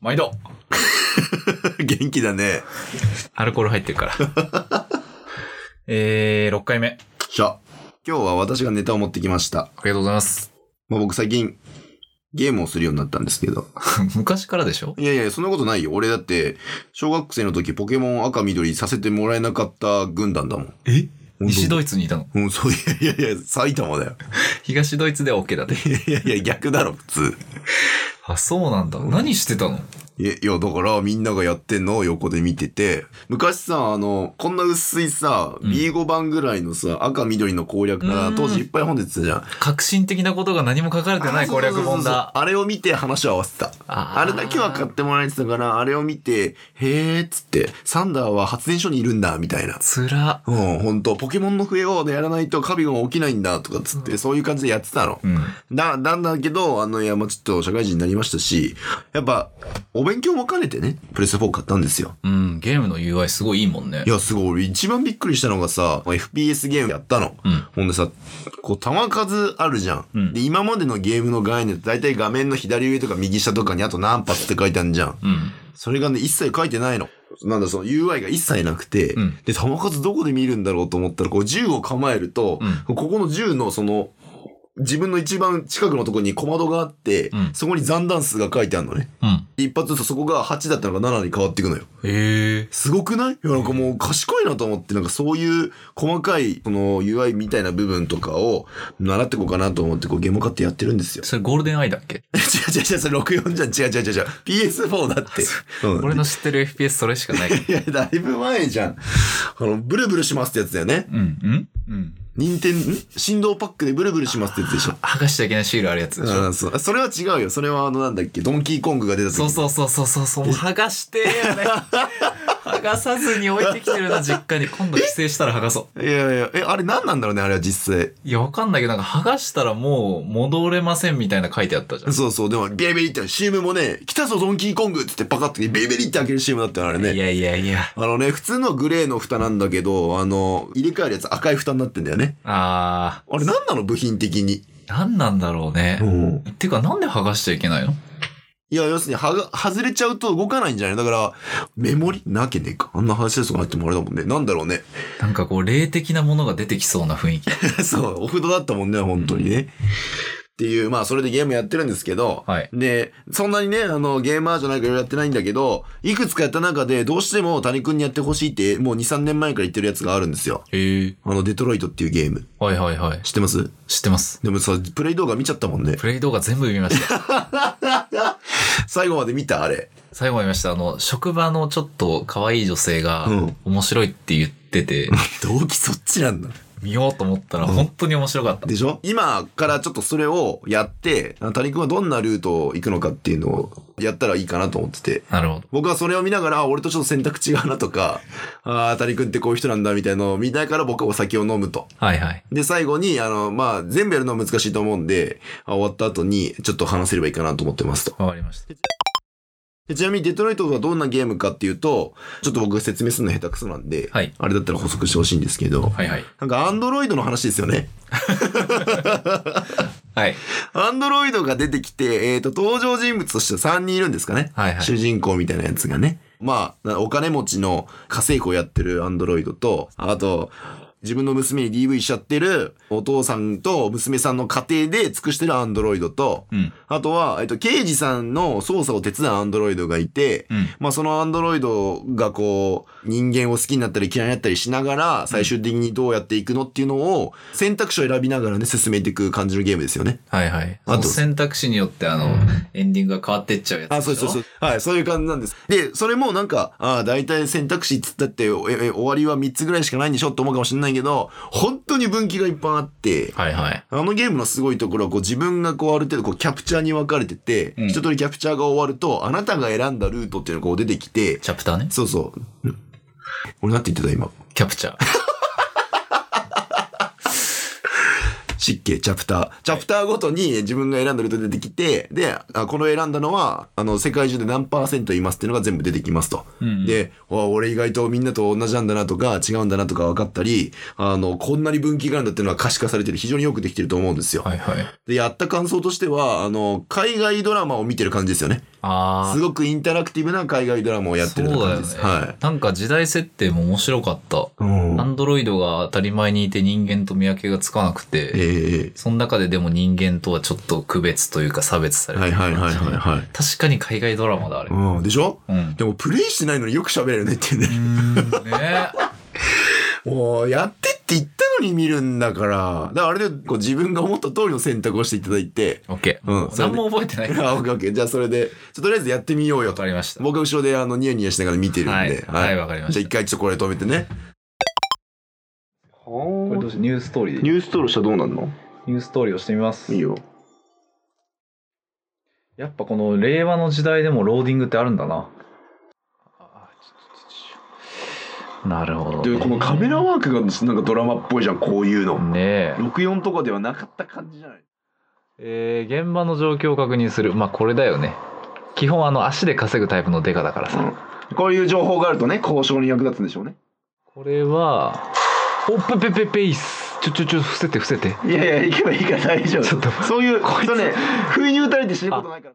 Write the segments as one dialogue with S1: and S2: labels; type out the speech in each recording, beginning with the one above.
S1: 毎度
S2: 元気だね。
S1: アルコール入ってるから。 えー、6回目。あり
S2: じゃあ、今日は私がネタを持ってきました。
S1: がとうございます。
S2: まあ、僕最近、ゲームをするようになったんですけど。
S1: 昔からでしょ
S2: いやいや、そんなことないよ。俺だって、小学生の時ポケモン赤緑させてもらえなかった軍団だもん。
S1: え
S2: 当
S1: 西ドイツにいたの
S2: うん、そう、いやいやいや、埼玉だよ。
S1: 東ドイツでは OK だって。
S2: いやいや、逆だろ、普通。
S1: あ、そうなんだ。何してたの
S2: いや、いやだからみんながやってんのを横で見てて、昔さ、あの、こんな薄いさ、
S1: うん
S2: B5 版ぐらいのさ、赤緑の攻略
S1: う
S2: が
S1: ん
S2: 当時いっぱい本出てたじゃん。
S1: 革新的なことが何も書かれてない攻略本だ。
S2: あれを見て話を合わせた。
S1: あー
S2: あれだけは買ってもらえてたから、あれを見て、へーっつって、サンダーは発電所にいるんだ、みたいな。
S1: つら。
S2: うん、ほんと、ポケモンの笛をやらないとカビゴン起きないんだ、とかっつって、そういう感じでやってたの。
S1: うん。
S2: だ、なんだけど、あの、いや、もうちょっと社会人になりましたし、やっぱ、お勉強も兼ねてね、プレステ4買ったんですよ。
S1: うん、ゲームの UI すごいいいもんね
S2: い。や、すごい、俺一番びっくりしたのがさ、FPS ゲームやったの。
S1: うん。
S2: ほんでさ、こう、弾数あるじゃん。
S1: うん
S2: で、今までのゲームの概念って大体画面の左上とか右下とかにあと何発って書いてあるじゃん。
S1: うん。
S2: それがね、一切書いてないの。なんだ、その UI が一切なくて、
S1: うん
S2: で、弾数どこで見るんだろうと思ったら、こう、銃を構えると、
S1: う
S2: ここの銃のその、自分の一番近くのところに小窓があって、
S1: うん
S2: そこに残弾数が書いてあるのね。
S1: うん。
S2: 一発ずつそこが8だったのが7に変わっていくのよ。
S1: へえ。
S2: すごくないいや、なんかもう賢いなと思って、なんかそういう細かい、その UI みたいな部分とかを習っていこうかなと思って、こうゲーム買ってやってるんですよ。
S1: それゴールデンアイだっけ
S2: 違う違う違う、それ64じゃん。違う違う違う違う。PS4 だって。うん
S1: 俺の知ってる FPS それしかない。
S2: いや、だいぶ前じゃん。あの、ブルブルしますってやつだよね。
S1: うん。うんうん。
S2: 任天ん振動パックでブルブルしますってやつでしょ。
S1: 剥がしちゃいけないシールあるやつでしょ。
S2: うん、そう。それは違うよ。それはあの、なんだっけ、ドンキーコングが出た時。
S1: そうそうそうそうそうそう。剥がしてよ ね。剥がさずに置いてきてるな、実家に。今度帰省したら剥がそう。
S2: いやいや、え、あれ何なんだろうね、あれは実際。
S1: いや、わかんないけど、なんか剥がしたらもう戻れませんみたいな書いてあったじゃん。
S2: そうそう、でも、ベリベリって、CM もね、来たぞ、ドンキーコングって言ってパカッてベリベリって開ける CM だったの、あれ
S1: い
S2: ね。
S1: やいやいや。
S2: あのね、普通のグレーの蓋なんだけど、あの、入れ替えるやつ赤い蓋になってんだよね。
S1: あ
S2: あれ何なの、部品的に。
S1: ー、なんなんだろうね。
S2: ん。
S1: てか、なんで剥がしちゃいけないの
S2: いや、要するに、はが、外れちゃうと動かないんじゃないだから、メモリなわけねえか。あんな話ですとかなってもあれだもんね。なんだろうね。
S1: なんかこう、霊的なものが出てきそうな雰囲気。
S2: そう、お札だったもんね、本当にね。っていう、まあ、それでゲームやってるんですけど、
S1: はい
S2: で、そんなにね、あの、ゲーマーじゃないからいろいろやってないんだけど、いくつかやった中で、どうしても谷くんにやってほしいって、もう2、3年前から言ってるやつがあるんですよ。
S1: へえ。
S2: あの、デトロイトっていうゲーム。
S1: はいはいはい。
S2: 知ってます
S1: 知ってます。
S2: でもさ、プレイ動画見ちゃったもん ね。
S1: プレイ動画全部見ま した。
S2: 最後まで見たあれ。
S1: 最後見ました。あの、職場のちょっと可愛い女性が
S2: うん、
S1: 面白いって言ってて、
S2: 動機そっちなんだ。
S1: 見ようと思ったら本当に面白かった。
S2: でしょ今からちょっとそれをやって、あ谷くんはどんなルートを行くのかっていうのをやったらいいかなと思ってて。
S1: なるほど。
S2: 僕はそれを見ながら、あ俺とちょっと選択違うなとか、 ああ、谷くんってこういう人なんだみたいなのを見ながら僕はお酒を飲むと。
S1: はいはい。
S2: で、最後に、あの、まあ、全部やるのは難しいと思うんで、あ終わった後にちょっと話せればいいかなと思ってますと。
S1: わかりました。
S2: でちなみにデトロイトがどんなゲームかっていうと、ちょっと僕説明するの下手くそなんで、
S1: はい
S2: あれだったら補足してほしいんですけど、
S1: はいはい。
S2: なんかアンドロイドの話ですよね。
S1: はい。
S2: アンドロイドが出てきて、えっ、と、登場人物としては3人いるんですかね。
S1: はいはい
S2: 主人公みたいなやつがね。まあ、なお金持ちの家政婦をやってるアンドロイドと、あと、自分の娘に DV しちゃってるお父さんと娘さんの家庭で尽くしてるアンドロイドと、
S1: うん。
S2: あとは、えっと、刑事さんの捜査を手伝うアンドロイドがいて、
S1: うん。
S2: まあそのアンドロイドがこう人間を好きになったり嫌いになったりしながら最終的にどうやっていくのっていうのを選択肢を選びながらね進めていく感じのゲームですよね。
S1: はいはい。
S2: あと
S1: その選択肢によって、あの、エンディングが変わってっちゃうやつでしょ。
S2: あ、そうそうそう。はい、そういう感じなんです。で、それもなんか、ああ、大体選択肢っつったって、おええ終わりは3つぐらいしかないんでしょって思うかもしれないけど、本当に分岐がいっぱいあって、
S1: はいはい。
S2: あのゲームのすごいところは、こう自分がこうある程度こうキャプチャーに分かれてて、
S1: うん
S2: 一通りキャプチャーが終わると、あなたが選んだルートっていうのがこう出てきて、
S1: チャプターね。
S2: そうそう。俺なんて言ってた今。
S1: キャプチャー。
S2: 湿気、チャプター。チャプターごとに自分が選んだルート出てきて、で、あこの選んだのは、あの、世界中で何パーセントいますっていうのが全部出てきますと。
S1: うん
S2: で、わ俺意外とみんなと同じなんだなとか、違うんだなとか分かったり、あの、こんなに分岐があるんだっていうのは可視化されてる、非常によくできてると思うんですよ。
S1: はいはい。
S2: で、やった感想としては、あの、海外ドラマを見てる感じですよね。
S1: あ
S2: す
S1: あ
S2: ごくインタラクティブな海外ドラマをやってるような感じです。
S1: そうだよ
S2: はい。
S1: なんか時代設定も面白かった
S2: うん
S1: アンドロイドが当たり前にいて人間と見分けがつかなく
S2: え
S1: て、
S2: え
S1: その中ででも人間とはちょっと区別というか差別されて
S2: はい
S1: る
S2: はいは
S1: 感
S2: い
S1: じ
S2: はいはい。
S1: 確かに海外ドラマだ、あれ。
S2: うん、でしょ
S1: うん。
S2: でもプレイしてないのによく喋れるねっていうね。
S1: ね
S2: もうやってって言ったのに見るんだから。だからあれでこう自分が思った通りの選択をしていただいて。
S1: オッケー。
S2: うん
S1: もう何も覚えてない。わ
S2: あ、オッケーオッケー。じゃあそれで、ちょっととりあえずやってみようよと
S1: か。りました。
S2: 僕は後ろであのニヤニヤしながら見てるんで。
S1: はいはいわかりました
S2: じゃあ一回ちょっとこれ止めてね。
S1: これどうしニューストーリー
S2: ュース登録したらどうなんの
S1: ニューストーリーをしてみます
S2: よ。
S1: やっぱこの令和の時代でもローディングってあるんだな。なるほど、ね。
S2: ワークがなんかドラマっぽいじゃん、こういうの
S1: ねえ。
S2: 64とかではなかった感じじゃない
S1: えー現場の状況を確認するまあこれだよね基本あの足で稼ぐタイプのデカだからさ、
S2: うんこういう情報があるとね、交渉に役立つんでしょうね。
S1: これはおっぺぺぺぺいっすちょちょちょ伏せて伏せて
S2: いやいや、行けばいいから大丈
S1: ちょっと
S2: そういう、
S1: こいつ
S2: そうね、不意に打たれて死ぬことないから。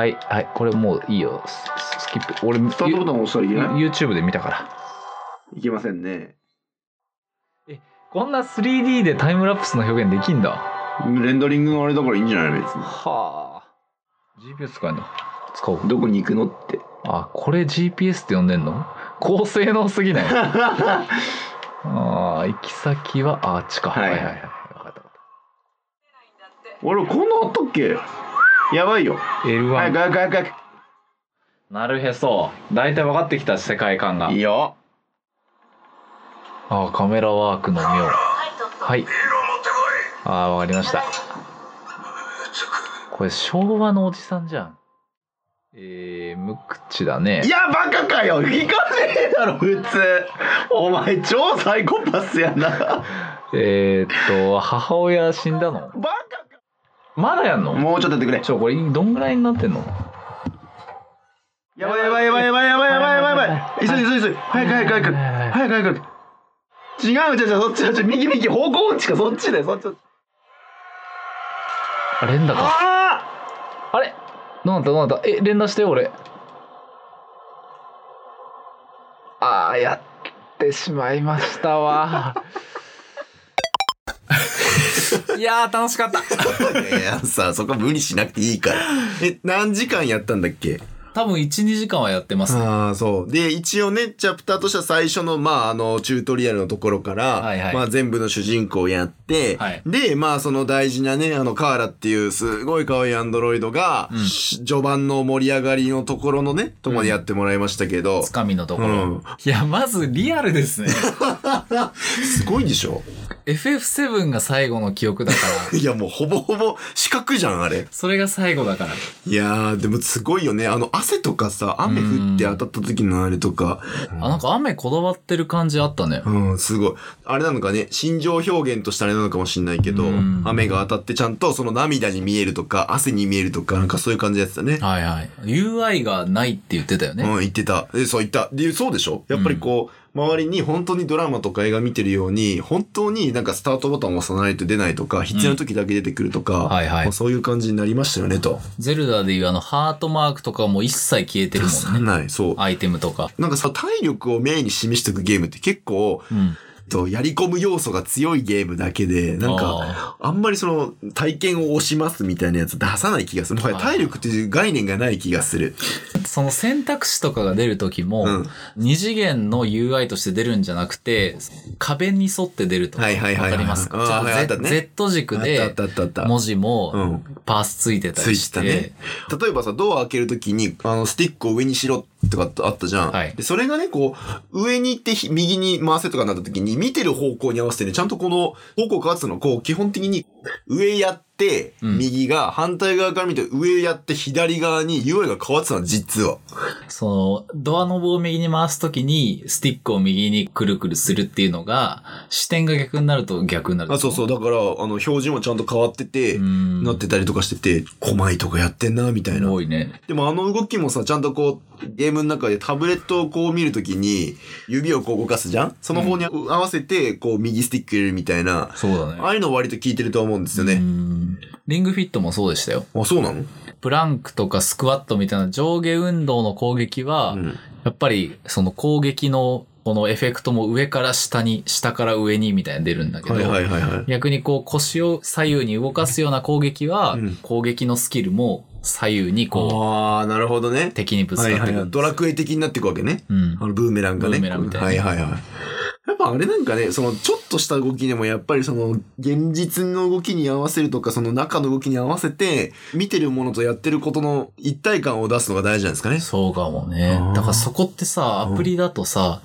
S1: はいはいこれもういいよスススキップ俺
S2: スタートボタン押したらいけない
S1: YouTube で見たから
S2: いけませんね。
S1: こんな 3D でタイムラプスの表現できんだ
S2: レンダリングのあれだからいいんじゃない別に。
S1: はあ GPS 使えんの使おう
S2: どこに行くのって。
S1: あこれ GPS って呼んでんの高性能す ぎない
S2: は
S1: ああ行き先はああっちか、
S2: はい
S1: はいはいはい分かった分か
S2: 俺、こんなあったっけやばいよ。
S1: った L1
S2: 早く早く早く早
S1: なるへそ大体分かってきた世界観が
S2: く。いいよ。
S1: ああカメラワークの妙はいああ分かりましたこれ昭和のおじさんじゃんえー、無口だね
S2: いや、バカかよ。引かねえだろ、普通。お前、超サイコパスやな。バ
S1: えー、っと母親死んだの
S2: カか。
S1: まだやんの
S2: もうちょっとやってくれ。
S1: ちょこれどんぐらいになってんの
S2: やばいやばいやばいやばいやばいやばいやばいやばい急いで急いで急いで早く早く早く
S1: はい
S2: 早く早く違う違う違うそっちそっち右右方向音痴かそっちだよそっちそっち
S1: あ連打か
S2: あ
S1: あれどうなったどうなったえ連打して俺ああやってしまいましたわ いやー楽しかった
S2: あ いやさそこ無理しなくていいからえ何時間やったんだっけ
S1: 多分12時間はやってますね
S2: ああそうで一応ねチャプターとしては最初のまああのチュートリアルのところから、
S1: はいはい
S2: まあ、全部の主人公やって、
S1: はい
S2: でまあその大事なねあのカーラっていうすごい可愛いアンドロイドが、
S1: うん
S2: 序盤の盛り上がりのところのねとこまでやってもらいましたけど、
S1: つかみのところ、
S2: うん
S1: いやまずリアルですね
S2: すごいでしょ
S1: FF7 が最後の記憶だから
S2: いやもうほぼほぼ四角じゃんあれ
S1: それが最後だから
S2: いやーでもすごいよねあの汗とかさ雨降って当たった時のあれとか
S1: あなんか雨こだわってる感じあったね
S2: うん、すごい。あれなのかね、心情表現としてあれなのかもしれないけど
S1: うん、
S2: 雨が当たってちゃんとその涙に見えるとか、汗に見えるとか、なんかそういう感じやってたね。
S1: はいはい UI がないって言ってたよね、
S2: うん、言ってた。え、そう言った。で、そうでしょやっぱりこう、周りに本当にドラマとか映画見てるように、本当になんかスタートボタンを押さないと出ないとか、必要な時だけ出てくるとか、
S1: はいはい
S2: もうそういう感じになりましたよね、と。
S1: ゼルダでいうあのハートマークとかも一切消えてるも
S2: 出さ
S1: んね
S2: ない、そう。
S1: アイテムとか
S2: なんかさ、体力をメインに示していくゲームって結構、
S1: うん
S2: とやり込む要素が強いゲームだけで、なんか、あんまりその体験を押しますみたいなやつ出さない気がする。もはや
S1: はい
S2: 体力という概念がない気がする。
S1: その選択肢とかが出る時も、
S2: うん
S1: 二次元の UI として出るんじゃなくて壁に沿って出るとか
S2: はいはいはいはい
S1: わかりますかちょ
S2: あーはいあっ
S1: ったと
S2: ね
S1: Z, Z 軸
S2: あっ
S1: で
S2: たあったあったあった
S1: 文字も
S2: う
S1: パースついてた
S2: つ
S1: り
S2: い
S1: して
S2: たね。例えばさ、ドア開けるときに、あの、スティックを上にしろとかってあったじゃん。
S1: はい
S2: で、それがね、こう、上に行ってひ右に回せとかになったときに、見てる方向に合わせてね、ちゃんとこの方向変わってたの、こう、基本的に上やって、
S1: うん
S2: 右が、反対側から見て上やって、左側に UI が変わってたの、実は。
S1: そのドアノブを右に回すときにスティックを右にくるくるするっていうのが視点が逆になると逆になる
S2: あそうそう、だから、あの、標準もちゃんと変わってて、
S1: ん
S2: なってたりとかしてて、細いとかやってんな、みたいな。
S1: 多いね
S2: でもあの動きもさ、ちゃんとこう、ゲームの中でタブレットをこう見るときに、指をこう動かすじゃんその方に合わせて、こう、右スティック入れるみたいな。
S1: そうだね
S2: ああいうの割と効いてると思思うんですよ
S1: う
S2: ね。
S1: んリングフィットもそうでしたよ。
S2: あ、そうなの
S1: プランクとかスクワットみたいな上下運動の攻撃は、
S2: うん。
S1: やっぱりその攻撃のこのエフェクトも上から下に、下から上にみたいな出るんだけど、
S2: はいはいはいはい。
S1: 逆にこう腰を左右に動かすような攻撃は、
S2: うん
S1: 攻撃のスキルも左右にこ
S2: ああ、なるほどね
S1: う。敵にぶつかって
S2: はい
S1: くる。
S2: はいはい。ドラクエ的になっていくわけね。
S1: うん
S2: あ。のブーメランがね。
S1: ブーメランみたいな
S2: はいはいはい。やっぱあれなんかね、そのちょっとした動きでもやっぱりその現実の動きに合わせるとか、その中の動きに合わせて、見てるものとやってることの一体感を出すのが大事なんですかね。
S1: そうかもね
S2: あー。
S1: だからそこってさ、アプリだとさ、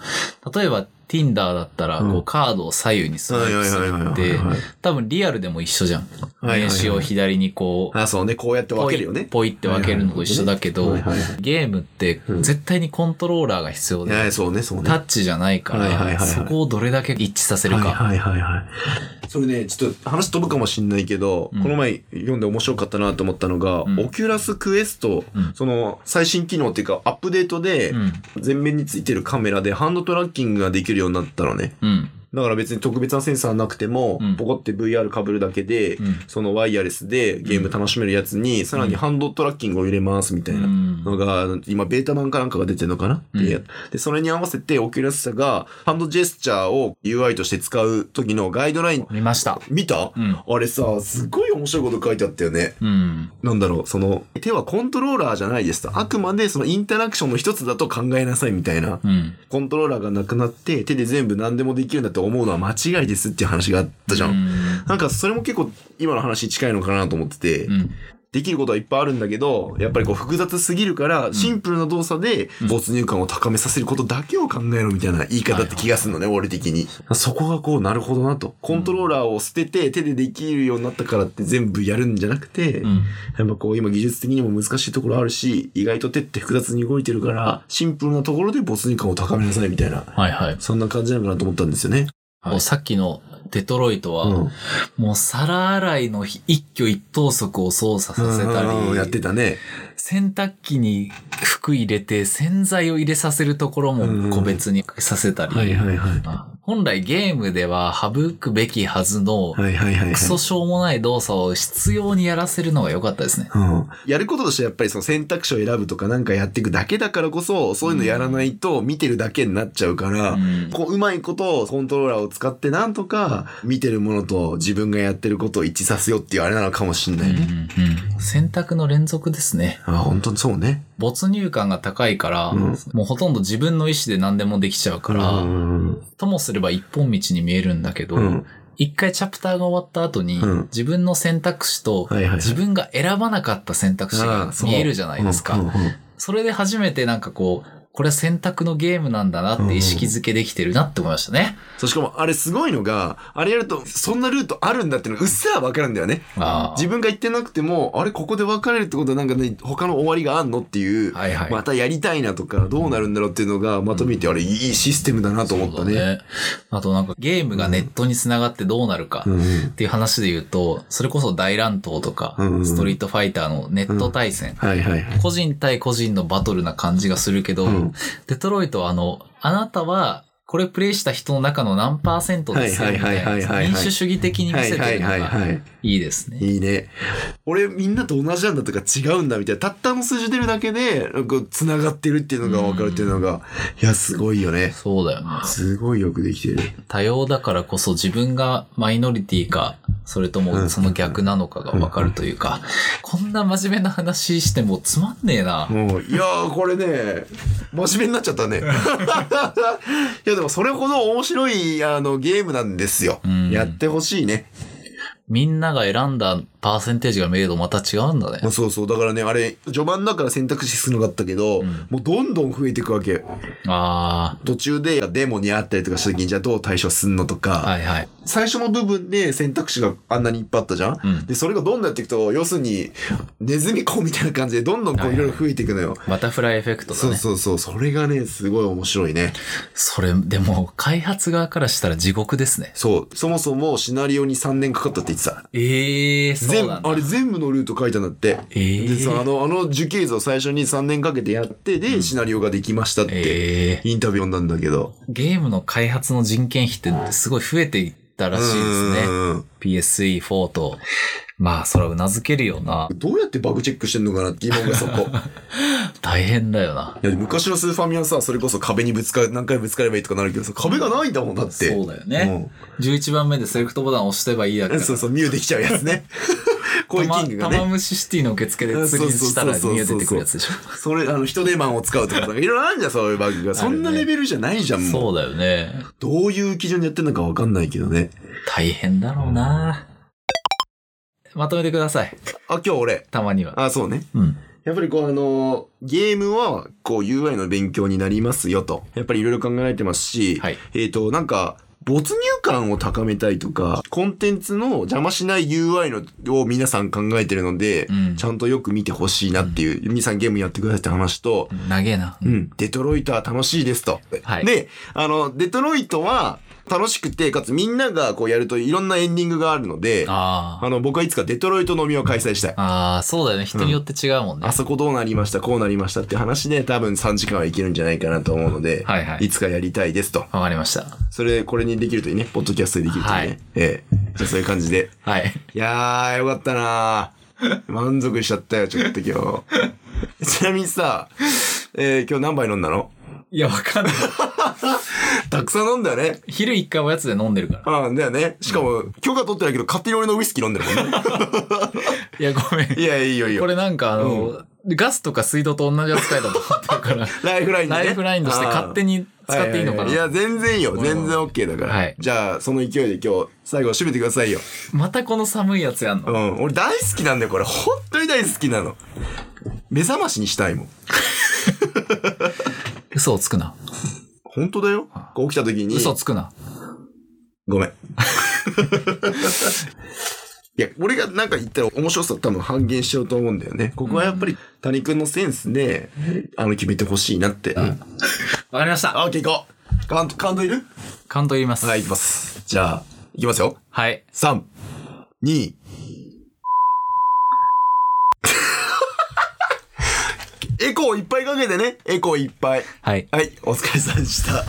S1: 例えば Tinder だったら、
S2: う
S1: こ
S2: ん
S1: うカードを左右にスワイプするって、多分リアルでも一緒じゃん。
S2: はいはい
S1: 名刺を左にこう、
S2: あ、そうね、こうやって分
S1: ポ
S2: けるよ
S1: イ
S2: ね。
S1: ポイって分けるのと一緒だけど
S2: はいはいは、
S1: ゲームって
S2: うん
S1: 絶対にコントローラーが必要
S2: は
S1: で
S2: い、、そうね、そうね。
S1: タッチじゃないか
S2: はいはいはい
S1: ら、
S2: はい
S1: そこをどれだけ一致させるか。
S2: はいはいはいはい。それね、ちょっと話飛ぶかもしんないけど、
S1: うん
S2: この前読んで面白かったなと思ったのが、
S1: うん
S2: オキュラスクエスト、
S1: うん
S2: その最新機能っていうかアップデートで
S1: う、ん。
S2: 前面についてるカメラでハンドトラッキングができるようになったのね。
S1: うん。
S2: だから別に特別なセンサーなくても、
S1: うん
S2: ポコって VR 被るだけで、
S1: うん
S2: そのワイヤレスでゲーム楽しめるやつに、さらにハンドトラッキングを入れますみたいな。のが、今、ベータ版かなんかが出てるのかな、
S1: うん
S2: でで、それに合わせて、オキュラス社が、ハンドジェスチャーを UI として使う時のガイドライン、
S1: 見ました。
S2: 見た、
S1: うん。
S2: あれさ、すごい面白いこと書いてあったよね。
S1: うん。
S2: なんだろう、その、手はコントローラーじゃないですと。あくまでそのインタラクションの一つだと考えなさいみたいな。
S1: うん。
S2: コントローラーがなくなって、手で全部何でもできるんだって思うのは間違いですっていう話があったじゃん。
S1: うん
S2: なんかそれも結構今の話に近いのかなと思ってて、
S1: うん。
S2: できることはいっぱいあるんだけど、やっぱりこう複雑すぎるから、シンプルな動作で没入感を高めさせることだけを考えろみたいな言い方って気がするのね、俺的に。そこがこう、なるほどなと。コントローラーを捨てて手でできるようになったからって全部やるんじゃなくて、
S1: うん。
S2: やっぱこう今技術的にも難しいところあるし、意外と手って複雑に動いてるから、シンプルなところで没入感を高めなさいみたいな。
S1: はいはい。
S2: そんな感じなのかなと思ったんですよね。はい
S1: もうさっきのデトロイトは、
S2: うん。
S1: もう皿洗いの一挙一投足を操作させた
S2: うんやって
S1: り、
S2: たね。
S1: 洗濯機に服入れて洗剤を入れさせるところも個別にさせたり、
S2: いはい。
S1: 本来ゲームでは省くべきはずの、
S2: はいはいはい、はい。
S1: クソしょうもない動作を必要にやらせるのが良かったですね。
S2: うんやることとしてやっぱりその選択肢を選ぶとかなんかやっていくだけだからこそ、そういうのやらないと見てるだけになっちゃうから、
S1: うん
S2: こううまいことをコントローラーを使ってなんとか見てるものと自分がやってることを一致させようっていうあれなのかもしんないね。
S1: 選択の連続ですね。
S2: あ本当にそうね。
S1: 没入感が高いから、
S2: うん
S1: もうほとんど自分の意思で何でもできちゃうから、
S2: うん
S1: ともすれば一本道に見えるんだけど、
S2: うん。
S1: 一回チャプターが終わった後に、
S2: うん
S1: 自分の選択肢と、
S2: はいはいはい
S1: 自分が選ばなかった選択肢
S2: あ
S1: が
S2: ーそう
S1: 見えるじゃないです
S2: うんう
S1: か。
S2: んうん
S1: それで初めてなんかこう、これは選択のゲームなんだなって意識づけできてるなって思いましたね。
S2: そうしかもあれすごいのが、あれやるとそんなルートあるんだってのがうっすらわかるんだよね。
S1: あー
S2: 自分が言ってなくても、あれここで分かれるってことはなんかね、他の終わりがあんのっていう、
S1: はいはい
S2: またやりたいなとか、どうなるんだろうっていうのが、まとめてあれいいシステムだなと思った
S1: そう
S2: ね。
S1: だあとなんかゲームがネットにつながってどうなるか
S2: うん
S1: っていう話で言うと、それこそ大乱闘とか
S2: うんうんう、ん
S1: ストリートファイターのネット対戦。
S2: はいはいは い。
S1: 個人対個人のバトルな感じがするけど、
S2: うん
S1: デトロイトはあの、あなたは、これプレイした人の中の何パーセントですよ
S2: はい
S1: み
S2: は
S1: た
S2: いはいはいい
S1: な。
S2: はい
S1: 民主主義的に見
S2: はい
S1: せ
S2: は
S1: て
S2: い
S1: るの
S2: はいは
S1: が
S2: い。
S1: いいですね。
S2: いいね。俺みんなと同じなんだとか違うんだみたいな、たったの数字出るだけで、なんか繋がってるっていうのが分かるっていうのが、いや、すごいよね。
S1: そうだよね。
S2: すごいよくできてる。
S1: 多様だからこそ自分がマイノリティか、それと
S2: う
S1: も
S2: ん
S1: その逆なのかがわかるというか、こんな真面目な話してもつまんねえな。
S2: もういやーこれね真面目になっちゃ ったねいやでもそれほど面白いあのゲームなんですよ、
S1: うん
S2: やってほしいね
S1: みんなが選んだパーセンテージが見えるとまた違うんだね。
S2: そうそうだからねあれ序盤だから選択肢少なかったけど、
S1: ん
S2: もうどんどん増えていくわけ
S1: あ
S2: 途中でデモにあったりとかした時にじゃあどう対処すんのとか、
S1: あ、はいはい。
S2: 最初の部分で選択肢があんなにいっぱいあったじゃん、
S1: うん
S2: でそれがどんどんやっていくと要するにネズミ子みたいな感じでどんどんこういろいろ増えていくのよ、
S1: バタフライエフェクトだね。
S2: そうそうそうそれがねすごい面白いね
S1: それ、でも、開発側からしたら地獄ですね。
S2: そう。そもそもシナリオに3年かかったって言ってた。
S1: ええそう
S2: 全
S1: なん
S2: 部、
S1: だ。
S2: あれ全部のルート書いたんだって。
S1: えー
S2: でさ、あの、あの樹形図を最初に3年かけてやって、で、シナリオができましたって、
S1: ええ
S2: インタビュー読んだんだけど。
S1: ゲームの開発の人件費ってすごい増えていったらしいですね。
S2: うん。
S1: PSE4 と。まあ、それはうなずけるよな。
S2: どうやってバグチェックしてんのかなって疑問が そこ。
S1: 大変だよな。
S2: いや昔のスーファミはさ、それこそ壁にぶつか、何回ぶつかればいいとかなるけどさ、壁がないんだもんだって。
S1: そうだよね。11番目でセレクトボタンを押してばいいだ
S2: う
S1: け
S2: ん
S1: だ
S2: そうそう、ミューできちゃうやつ ね。こういうキングが
S1: 玉
S2: ね。
S1: 虫シティの受付で釣りしたら
S2: そうそうそうそう
S1: 見え出てくるやつでしょ。
S2: それ、あの、人手マンを使うとかさ、いろいろあるんじゃん、そういうバグが。そんなレベルじゃないじゃん、もう。
S1: そうだよね。
S2: どういう基準でやってんのかわかんないけどね。
S1: 大変だろうな。まとめてください。
S2: あ、今日俺。
S1: たまには。
S2: あ、そうね。
S1: うん。
S2: やっぱりこうあのーゲームはこう UI の勉強になりますよと。やっぱりいろいろ考えられてますし、
S1: はい。
S2: えっ、と、なんか、没入感を高めたいとか、コンテンツの邪魔しない UI のを皆さん考えてるので、
S1: うん
S2: ちゃんとよく見てほしいなっていう、皆さんゲームやってくださいって話と、
S1: 長えな。
S2: うん、デトロイトは楽しいですと。
S1: はい
S2: で、あの、デトロイトは楽しくて、かつみんながこうやるといろんなエンディングがあるので、あ
S1: ああ。
S2: の、僕はいつかデトロイト飲みを開催したい。
S1: ああ、そうだよね。人によって違うもんね。
S2: あそこどうなりました、こうなりましたって話で多分3時間はいけるんじゃないかなと思うので、
S1: はいはい
S2: いつかやりたいですと。
S1: わかりました。
S2: それ、これにできるといいね。ポッドキャストでできるといいね。
S1: はい
S2: ええ。じゃあそういう感じで。
S1: はい。
S2: いやー、よかったなー満足しちゃったよ、ちょっと今日。 ちなみにさ、えー、今日何杯飲んだの
S1: いや、わかんない。
S2: たくさん飲んだよね。
S1: 昼一回おやつで飲んでるから。
S2: ああ、だよね。しかも、許可取ってないけど、勝手に俺のウイスキー飲んでるもんね。
S1: いや、ごめん。
S2: いや、いいよ、いいよ。
S1: これなんかあの、ガスとか水道と同じ扱いだと思った から、
S2: ライフラインで、ね。
S1: ライフラインとして勝手
S2: に
S1: に使っていいのか
S2: いや、
S1: な。
S2: 全然いいよ。
S1: ん
S2: 全然 OK だから。
S1: はい
S2: じゃあ、その勢いで今日、最後締めてくださいよ。
S1: またこの寒いやつやん
S2: う
S1: の。
S2: ん。俺大好きなんだよ、これ。本当に大好きなの。目覚ましにしたいもん。
S1: 嘘をつくな。
S2: 本当だよ。こう起きた時に。
S1: 嘘をつくな。
S2: ごめん。 いや、俺がなんか言ったら面白さ多分半減しちゃうと思うんだよね。ここはやっぱり谷くんのセンスで、あの、決めてほしいなって。うん。
S1: わかりました。
S2: あ、OK、行こう。カウント、カウントいる
S1: カウント言います。
S2: はい、行きます。じゃあ、行きますよ。
S1: はい。
S2: 3、2、エコーいっぱいかけてね。エコーいっぱい。
S1: はい。
S2: はい、お疲れさんでした。